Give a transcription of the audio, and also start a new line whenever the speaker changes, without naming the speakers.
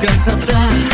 красота